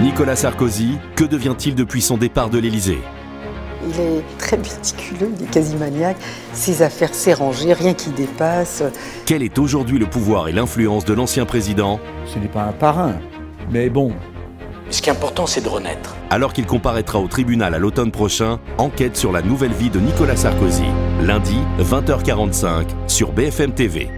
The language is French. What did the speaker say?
Nicolas Sarkozy, que devient-il depuis son départ de l'Élysée il est très méticuleux, il est quasi maniaque. Ses affaires, s'est rangées, rien qui dépasse. Quel est aujourd'hui le pouvoir et l'influence de l'ancien président Ce n'est pas un parrain, mais bon. Ce qui est important, c'est de renaître. Alors qu'il comparaîtra au tribunal à l'automne prochain, enquête sur la nouvelle vie de Nicolas Sarkozy. Lundi, 20h45, sur BFM TV.